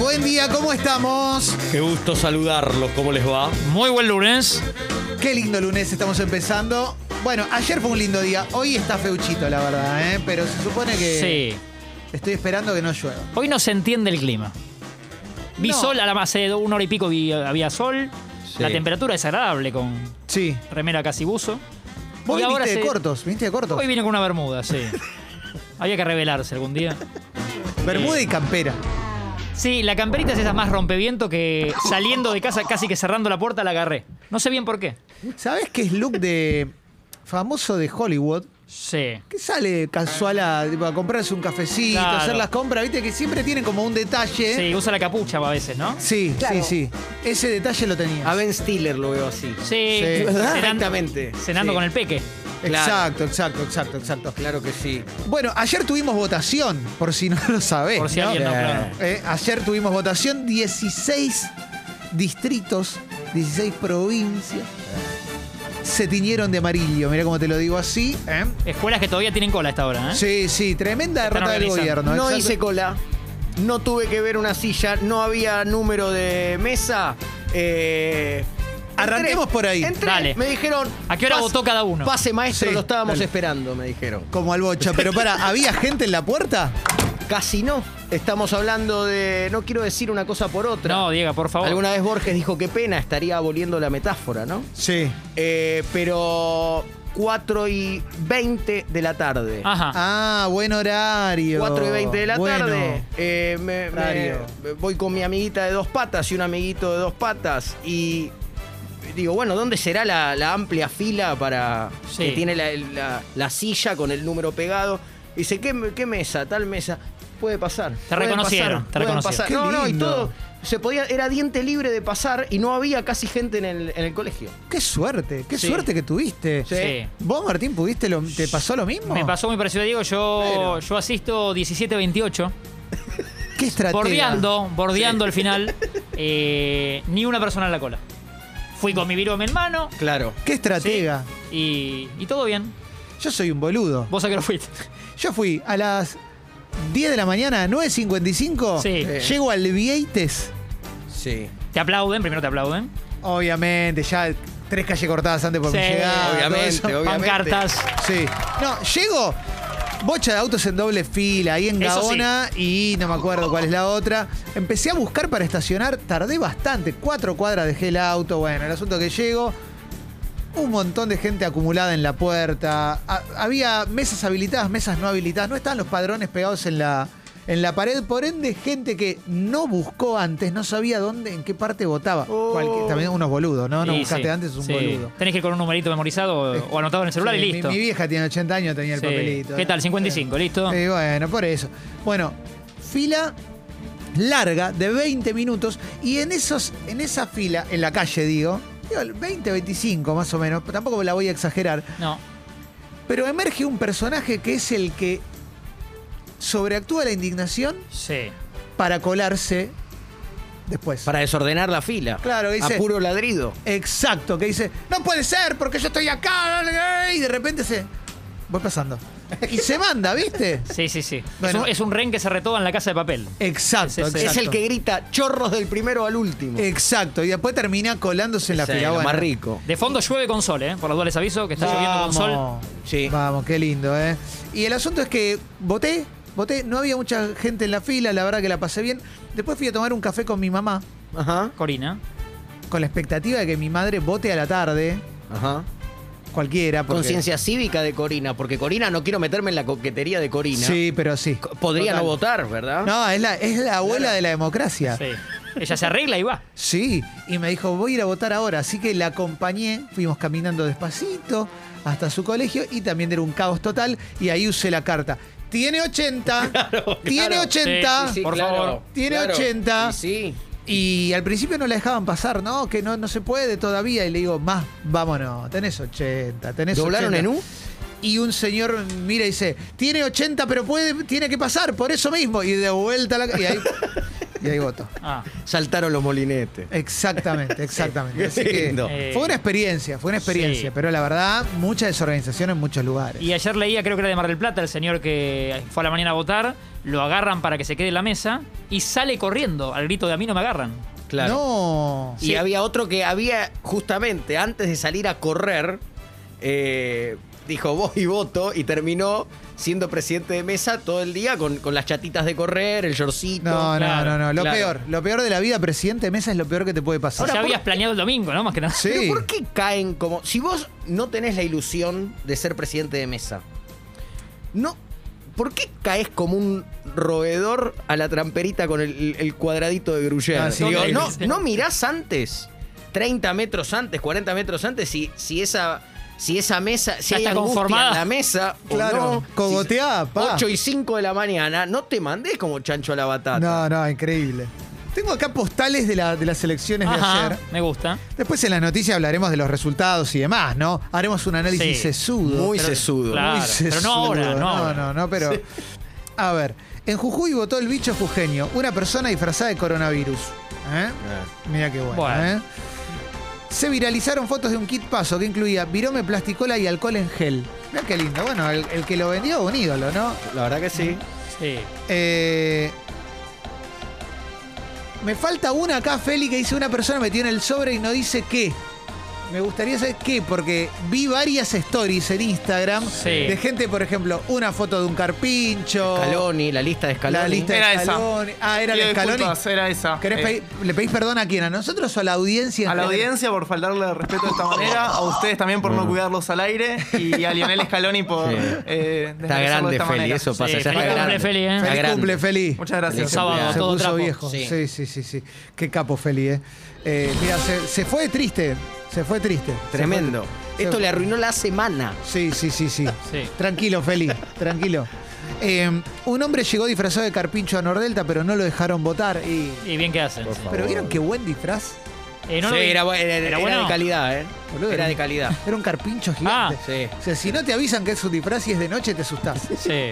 buen día, ¿cómo estamos? Qué gusto saludarlos, ¿cómo les va? Muy buen lunes. Qué lindo lunes estamos empezando. Bueno, ayer fue un lindo día, hoy está feuchito, la verdad, ¿eh? pero se supone que Sí. estoy esperando que no llueva. Hoy no se entiende el clima. Vi No. sol, a la base de una hora y pico vi- había sol. Sí. La temperatura es agradable con Sí. remera casi buzo. Vos Y viniste ahora de se- cortos, viniste de cortos. Hoy vine con una bermuda, sí. Había que revelarse algún día. Bermuda y campera. Sí, la camperita es esa más rompeviento que saliendo de casa, casi que cerrando la puerta, la agarré. No sé bien por qué. ¿Sabés qué es look de famoso de Hollywood? Sí. Que sale casual a, tipo, a comprarse un cafecito, Claro. hacer las compras, viste que siempre tiene como un detalle. Sí, usa la capucha a veces, ¿no? Sí, Claro. sí, sí. Ese detalle lo tenía. A Ben Stiller lo veo así. Sí. Sí. cenan- Perfectamente. Cenando Sí. con el peque. exacto, exacto, exacto, exacto. Claro que sí. Bueno, ayer tuvimos votación, por si no lo sabés. Por si ¿no? alguien no, Eh. claro. Eh, ayer tuvimos votación, 16 distritos, 16 provincias se tiñeron de amarillo. Mirá cómo te lo digo así. ¿eh? Escuelas que todavía tienen cola a esta hora, ¿eh? Sí, sí, tremenda Están derrota del organizando. gobierno. No Exacto. hice cola. No tuve que ver una silla. No había número de mesa. Eh, Arranquemos entré, por ahí. entré, Dale. Me dijeron. ¿A qué hora "Pas- votó cada uno? Pase maestro, Sí, lo estábamos dale. esperando, me dijeron. Como al bocha. Pero para, ¿había gente en la puerta? Casi no. Estamos hablando de. No quiero decir una cosa por otra. No, Diego, por favor. Alguna vez Borges dijo que pena, estaría aboliendo la metáfora, ¿no? Sí. Eh, pero 4 y 20 de la tarde. Ajá. Ah, buen horario. 4 y 20 de la Bueno. tarde. eh, me- me- Horario. voy con mi amiguita de dos patas y un amiguito de dos patas. Y digo, bueno, ¿dónde será la, la amplia fila para Sí. que tiene la, la- la silla con el número pegado? Dice, ¿qué, me- qué mesa? Tal mesa. Puede pasar. Te pueden reconocieron, pasar, te pueden reconocieron. pasar. No, Qué no, y lindo. todo. Se podía, era diente libre de pasar y no había casi gente en el, en el colegio. Qué suerte, qué Sí. suerte que tuviste. Sí. Sí. ¿Vos, Martín, pudiste lo- te pasó lo mismo? Me pasó muy parecido a Diego. Yo, Pero- yo asisto 17-28, ¿Qué estrategia? bordeando, bordeando al final. eh, ni una persona en la cola. Fui con mi virome en mano. Claro. ¿Qué estratega? Y, y todo bien. Yo soy un boludo. ¿Vos a qué hora fuiste? Yo fui a las 10 de la mañana, 9.55. Sí. Llego al Vieites. Sí. Te aplauden, primero te aplauden. Obviamente, ya tres calles cortadas antes por Sí. mi llegada. todo Obviamente, eso. obviamente. Pancartas. Sí. No, llego. Bocha de autos en doble fila, ahí en Eso sí. Gaona y no me acuerdo cuál es la otra. Empecé a buscar para estacionar, tardé bastante, cuatro cuadras dejé el auto, bueno, el asunto que llego, un montón de gente acumulada en la puerta, Ha- había mesas habilitadas, mesas no habilitadas, no estaban los padrones pegados en la, en la pared, por ende gente que no buscó antes, no sabía dónde, en qué parte votaba. Oh. Cualquier- también unos boludos, ¿no? No Y buscaste sí, antes, es un sí. boludo. Tenés que ir con un numerito memorizado o- o anotado en el celular Sí, y mi- listo. Mi, vieja tiene 80 años, tenía el Sí. papelito. ¿Qué ¿no? tal? 55, ¿listo? Sí, bueno, por eso. Bueno, fila larga de 20 minutos y en esos en esa fila, en la calle digo, digo, el 20, 25 más o menos, tampoco la voy a exagerar, No. pero emerge un personaje que es el que sobreactúa la indignación Sí. para colarse después. Para desordenar la fila. Claro, dice- A puro ladrido. Exacto, que dice, no puede ser porque yo estoy acá y de repente se... Voy pasando. Y se manda, ¿viste? Sí, sí, sí. Bueno. Es, un, es un ren que se retoba en la casa de papel. Exacto, Es ese. exacto. Es el que grita chorros del primero al último. Exacto, y después termina colándose en la Sí, fila. lo Bueno. más rico. De fondo llueve con sol, ¿eh? Por las dudas les aviso que está lloviendo con sol. Vamos. Sí. Vamos, qué lindo, ¿eh? Y el asunto es que voté, voté, no había mucha gente en la fila, la verdad que la pasé bien. Después fui a tomar un café con mi mamá, Ajá. Corina. con la expectativa de que mi madre vote a la tarde, Ajá. cualquiera. porque- Conciencia cívica de Corina, porque Corina no quiero meterme en la coquetería de Corina. Sí, pero sí. Co- ¿Ah? Podría Total. no votar, ¿verdad? No, es la, es la abuela de la democracia. Sí. Ella se arregla y va. Sí, y me dijo, voy a ir a votar ahora. Así que la acompañé, fuimos caminando despacito hasta su colegio y también era un caos total y ahí usé la carta. Tiene 80, tiene claro. 80. Sí, sí, Por favor. Tiene 80. Y Sí, Y al principio no la dejaban pasar, ¿no? Que no, no se puede todavía. Y le digo, más, vámonos, tenés 80, tenés ¿Doblaron 80". en U? Y un señor mira y dice, tiene 80, pero puede, tiene que pasar, por eso mismo. Y de vuelta la... y ahí- y ahí voto. Ah. Saltaron los molinetes. Exactamente, exactamente. Así que lindo. Eh, fue una experiencia, fue una experiencia, Sí. pero la verdad, mucha desorganización en muchos lugares. Y ayer leía, creo que era de Mar del Plata, el señor que fue a la mañana a votar, lo agarran para que se quede en la mesa y sale corriendo al grito de a mí no me agarran. Claro. No. Y Sí. había otro que había, justamente, antes de salir a correr, eh, dijo voy y voto y terminó siendo presidente de mesa todo el día con, con las chatitas de correr, el shortcito. No, no, claro, no, no. Lo claro. peor, lo peor de la vida, presidente de mesa, es lo peor que te puede pasar. ya habías planeado el domingo, ¿no? Más que nada. Sí. Pero ¿por qué caen como.? Si vos no tenés la ilusión de ser presidente de mesa, no. ¿Por qué caes como un roedor a la tramperita con el, el cuadradito de Gruyère? Ah, sí, Digo, horrible. no, no mirás antes, 30 metros antes, 40 metros antes, si, si esa. Si esa mesa, si Ya hay está angustia conformada. en la mesa, o Claro, no, cogoteá, si- pa. 8 y 5 de la mañana, no te mandés como chancho a la batata. No, no, increíble. Tengo acá postales de, la- de las elecciones de Ajá, ayer. me gusta. Después en las noticias hablaremos de los resultados y demás, ¿no? Haremos un análisis Sí. sesudo. Muy Pero- sesudo. claro. Muy pero no ahora, sesudo. no ahora. No, no, no, pero. A ver, en Jujuy votó el bicho jujeño, una persona disfrazada de coronavirus. ¿Eh? Mira qué bueno, Bueno. ¿eh? Se viralizaron fotos de un kit paso que incluía virome, plasticola y alcohol en gel. Mira qué lindo. Bueno, el, el que lo vendió, un ídolo, ¿no? La verdad que sí. Sí. Eh, me falta una acá, Feli, que dice una persona metió en el sobre y no dice qué. Me gustaría saber qué, porque vi varias stories en Instagram Sí. de gente, por ejemplo, una foto de un carpincho. Scaloni, la lista de Scaloni. La lista Era de esa. Scaloni. Ah, era Pido el Scaloni. disculpas, era esa. ¿Querés Eh, pedir- ¿Le pedís perdón a quién? ¿A nosotros o a la audiencia? a la en general? audiencia por faltarle el respeto de esta manera, a ustedes también por no cuidarlos al aire y a Lionel Scaloni por Sí. eh, Está desmerecerlo grande, de esta Feli, manera. eso pasa. Sí, ya feliz está cumple, grande. Feli, ¿eh? Está Feliz grande. cumple, Feli. Muchas gracias. Feliz Sábado, cumpleaños. Se todo puso trapo. viejo. Sí. Sí. sí, sí, sí, Qué capo, Feli, eh. Eh, mira, se, se fue triste. Se fue triste. Tremendo. Se- Esto le arruinó la semana. Sí, sí, sí, sí. Sí. Tranquilo, Feli, tranquilo. Eh, un hombre llegó disfrazado de carpincho a Nordelta, pero no lo dejaron votar. Y... Y bien que hacen. sí. Pero vieron qué buen disfraz. Eh, no lo Sí, vi. era, bu- era- ¿Era era bueno? de calidad, ¿eh? Boludo, era era- de calidad. Era un carpincho gigante. Ah. Sí. O sea, si no te avisan que es un disfraz y es de noche, te asustás. Sí.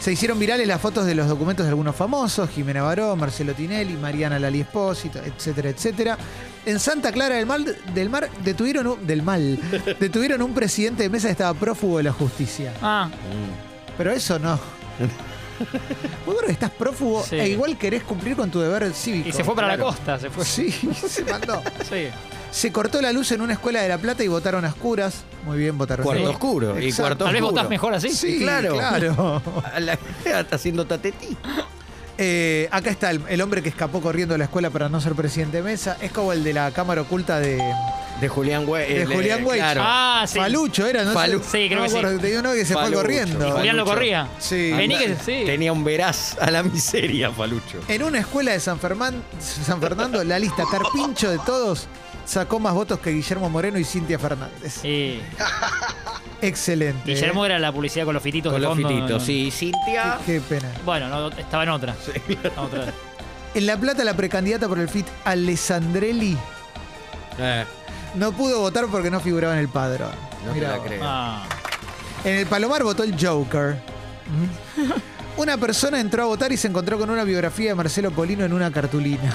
Se hicieron virales las fotos de los documentos de algunos famosos, Jimena Baró, Marcelo Tinelli, Mariana Lali Espósito, etcétera, etcétera. En Santa Clara del Mar, del Mar detuvieron un, del mal, detuvieron un presidente de mesa que estaba prófugo de la justicia. Ah, Pero eso no. Vos creo que estás prófugo Sí. e igual querés cumplir con tu deber cívico. y se fue para la Claro. costa, se fue. Sí, se mandó. Sí. Se cortó la luz en una escuela de La Plata y votaron a oscuras. Muy bien, votaron a Cuarto oscuras. oscuro. Y Exacto. cuarto Tal vez oscuro. votás mejor así. Sí, claro. claro. A la- Está haciendo tatetí. Eh, acá está el, el hombre que escapó corriendo de la escuela para no ser presidente de mesa. Es como el de la cámara oculta de De Julián Güey. De Julián Güey. Claro. Ah, sí. Falucho, ¿era? No Falu- sé. Sí, creo No que me acuerdo, sí. Tenía uno que se fue Falucho. corriendo. Y Julián lo Falucho. corría. Sí. Vení que- Anda, sí. Tenía un veraz a la miseria, Palucho. En una escuela de San, Ferman- San Fernando, la lista Carpincho de todos sacó más votos que Guillermo Moreno y Cintia Fernández. Sí. Excelente. Guillermo era la publicidad con los fititos Con de los fondo. fititos. no, no. Sí, Cintia. ¿eh? Qué pena. Bueno, no, estaba en otra. Estaba en otra. En La Plata, la precandidata por el FIT, Alessandrelli, Eh, no pudo votar porque no figuraba en el padrón. no Mirá te la vos. creo. Ah. En el Palomar votó el Joker. ¿Mm? Una persona entró a votar y se encontró con una biografía de Marcelo Polino en una cartulina.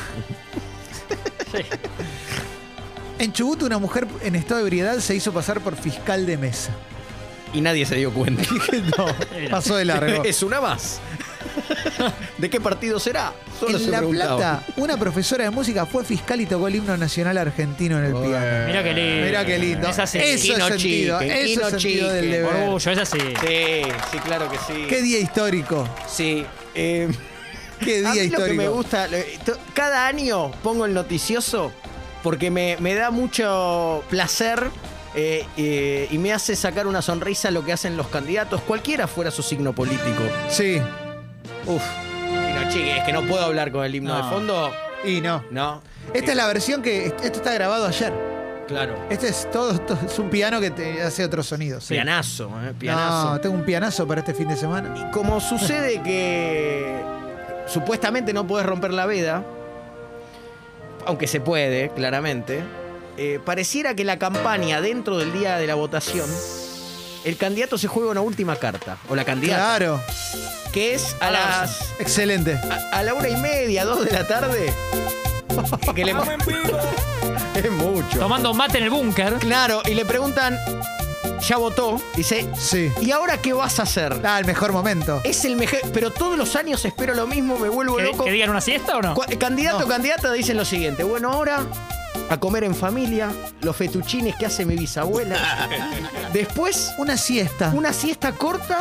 En Chubut, una mujer en estado de ebriedad se hizo pasar por fiscal de mesa. Y nadie se dio cuenta. Era. Pasó de largo. es una más. ¿De qué partido será? Solo En se La preguntaba. Plata, una profesora de música fue fiscal y tocó el himno nacional argentino en el piano. Mirá qué lindo. Mirá qué lindo. Es así. Eso es Quino sentido. chique, Eso quino es sentido del chique. deber. Orgullo, es así. Sí, sí, claro que sí. Qué día histórico. Sí. eh, Qué día a mí histórico. lo que me gusta, lo- to- cada año pongo el noticioso porque me, me da mucho placer eh, eh, y me hace sacar una sonrisa lo que hacen los candidatos, cualquiera fuera su signo político. Sí. Uf. Y no, chique, es que no puedo hablar con el himno No. de fondo. Y no. No. Esta es la versión que. Esto está grabado ayer. Claro. Este es todo. todo- es un piano que te hace otros sonidos. Pianazo, eh, pianazo. No, tengo un pianazo para este fin de semana. Y como sucede que supuestamente no puedes romper la veda, aunque se puede, claramente, eh, pareciera que la campaña dentro del día de la votación el candidato se juega una última carta, o la candidata, Claro. que es a las Excelente. a, a la una y media, dos de la tarde. Que le- es mucho. Tomando mate en el búnker. Claro, y le preguntan, ya votó, dice, Sí. ¿y ahora qué vas a hacer? Ah, el mejor momento. Es el mejor, pero todos los años espero lo mismo, me vuelvo ¿Que, loco. que digan una siesta o no? Cu- Candidato No. o candidata dicen lo siguiente, bueno, ahora a comer en familia, los fetuchines que hace mi bisabuela. Después, Una siesta. una siesta corta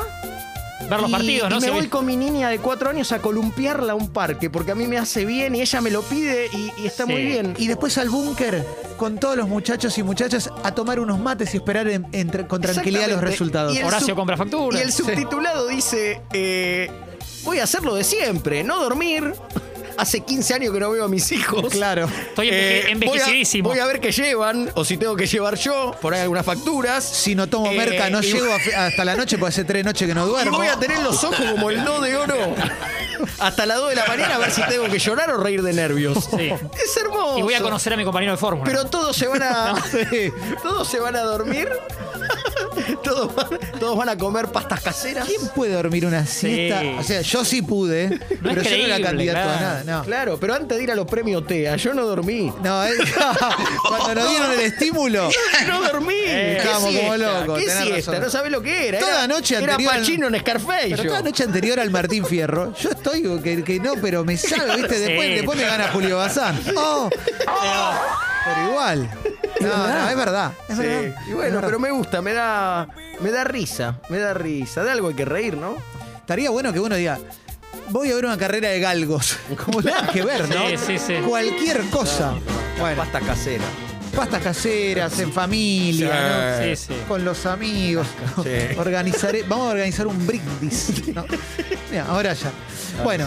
Ver los Y- partidos, y ¿no? me Se voy ve- con mi niña de cuatro años a columpiarla a un parque porque a mí me hace bien y ella me lo pide y, y está Sí. muy bien. Y después al búnker con todos los muchachos y muchachas a tomar unos mates y esperar en- en tra- con tranquilidad los Exactamente. resultados. Y el Horacio sub- compra factura. Y el subtitulado dice, eh, voy a hacer lo de siempre, no dormir. Hace 15 años que no veo a mis hijos. Claro. Estoy Eh, enveje- envejecidísimo. Voy a, voy a ver qué llevan, o si tengo que llevar yo, por ahí algunas facturas. Si no tomo Eh, merca, no y- llego a fe- hasta la noche porque hace tres noches que no Y duermo. voy a tener los ojos como el do de oro hasta las 2 de la mañana a ver si tengo que llorar o reír de nervios. Sí. Es hermoso. Y voy a conocer a mi compañero de fórmula. Pero todos se van a. Todos se van a dormir. todos, van, todos van a comer pastas caseras. ¿Quién puede dormir una siesta? O sea, yo sí pude, pero yo no era creíble, candidato a claro. nada. No. Claro, pero antes de ir a los premios TEA, yo no dormí. No, eh, cuando nos dieron el estímulo, No dormí. ¿Qué estábamos Eh, como siesta? locos, ¿Qué tenés siesta? razón. No sabés lo que era. Toda era, noche anterior Era al- Pachino en Scarface. pero yo. toda noche anterior al Martín Fierro, yo estoy que, que no, pero me salgo, ¿viste? Después, Sí. después me gana Julio Bazán. Oh, pero igual. No, no, es verdad. Es Sí. verdad. Y bueno, pero me gusta, me da. Me da risa, me da risa. De algo hay que reír, ¿no? Estaría bueno que uno diga, voy a ver una carrera de galgos. Como nada que ver, ¿no? Sí, sí, sí. Cualquier cosa. Bueno, Pasta casera. pastas caseras, en familia, ¿no? Sí, sí. Con los amigos. Sí. Organizaré, vamos a organizar un brindis. ¿no? Mira, ahora ya. Bueno.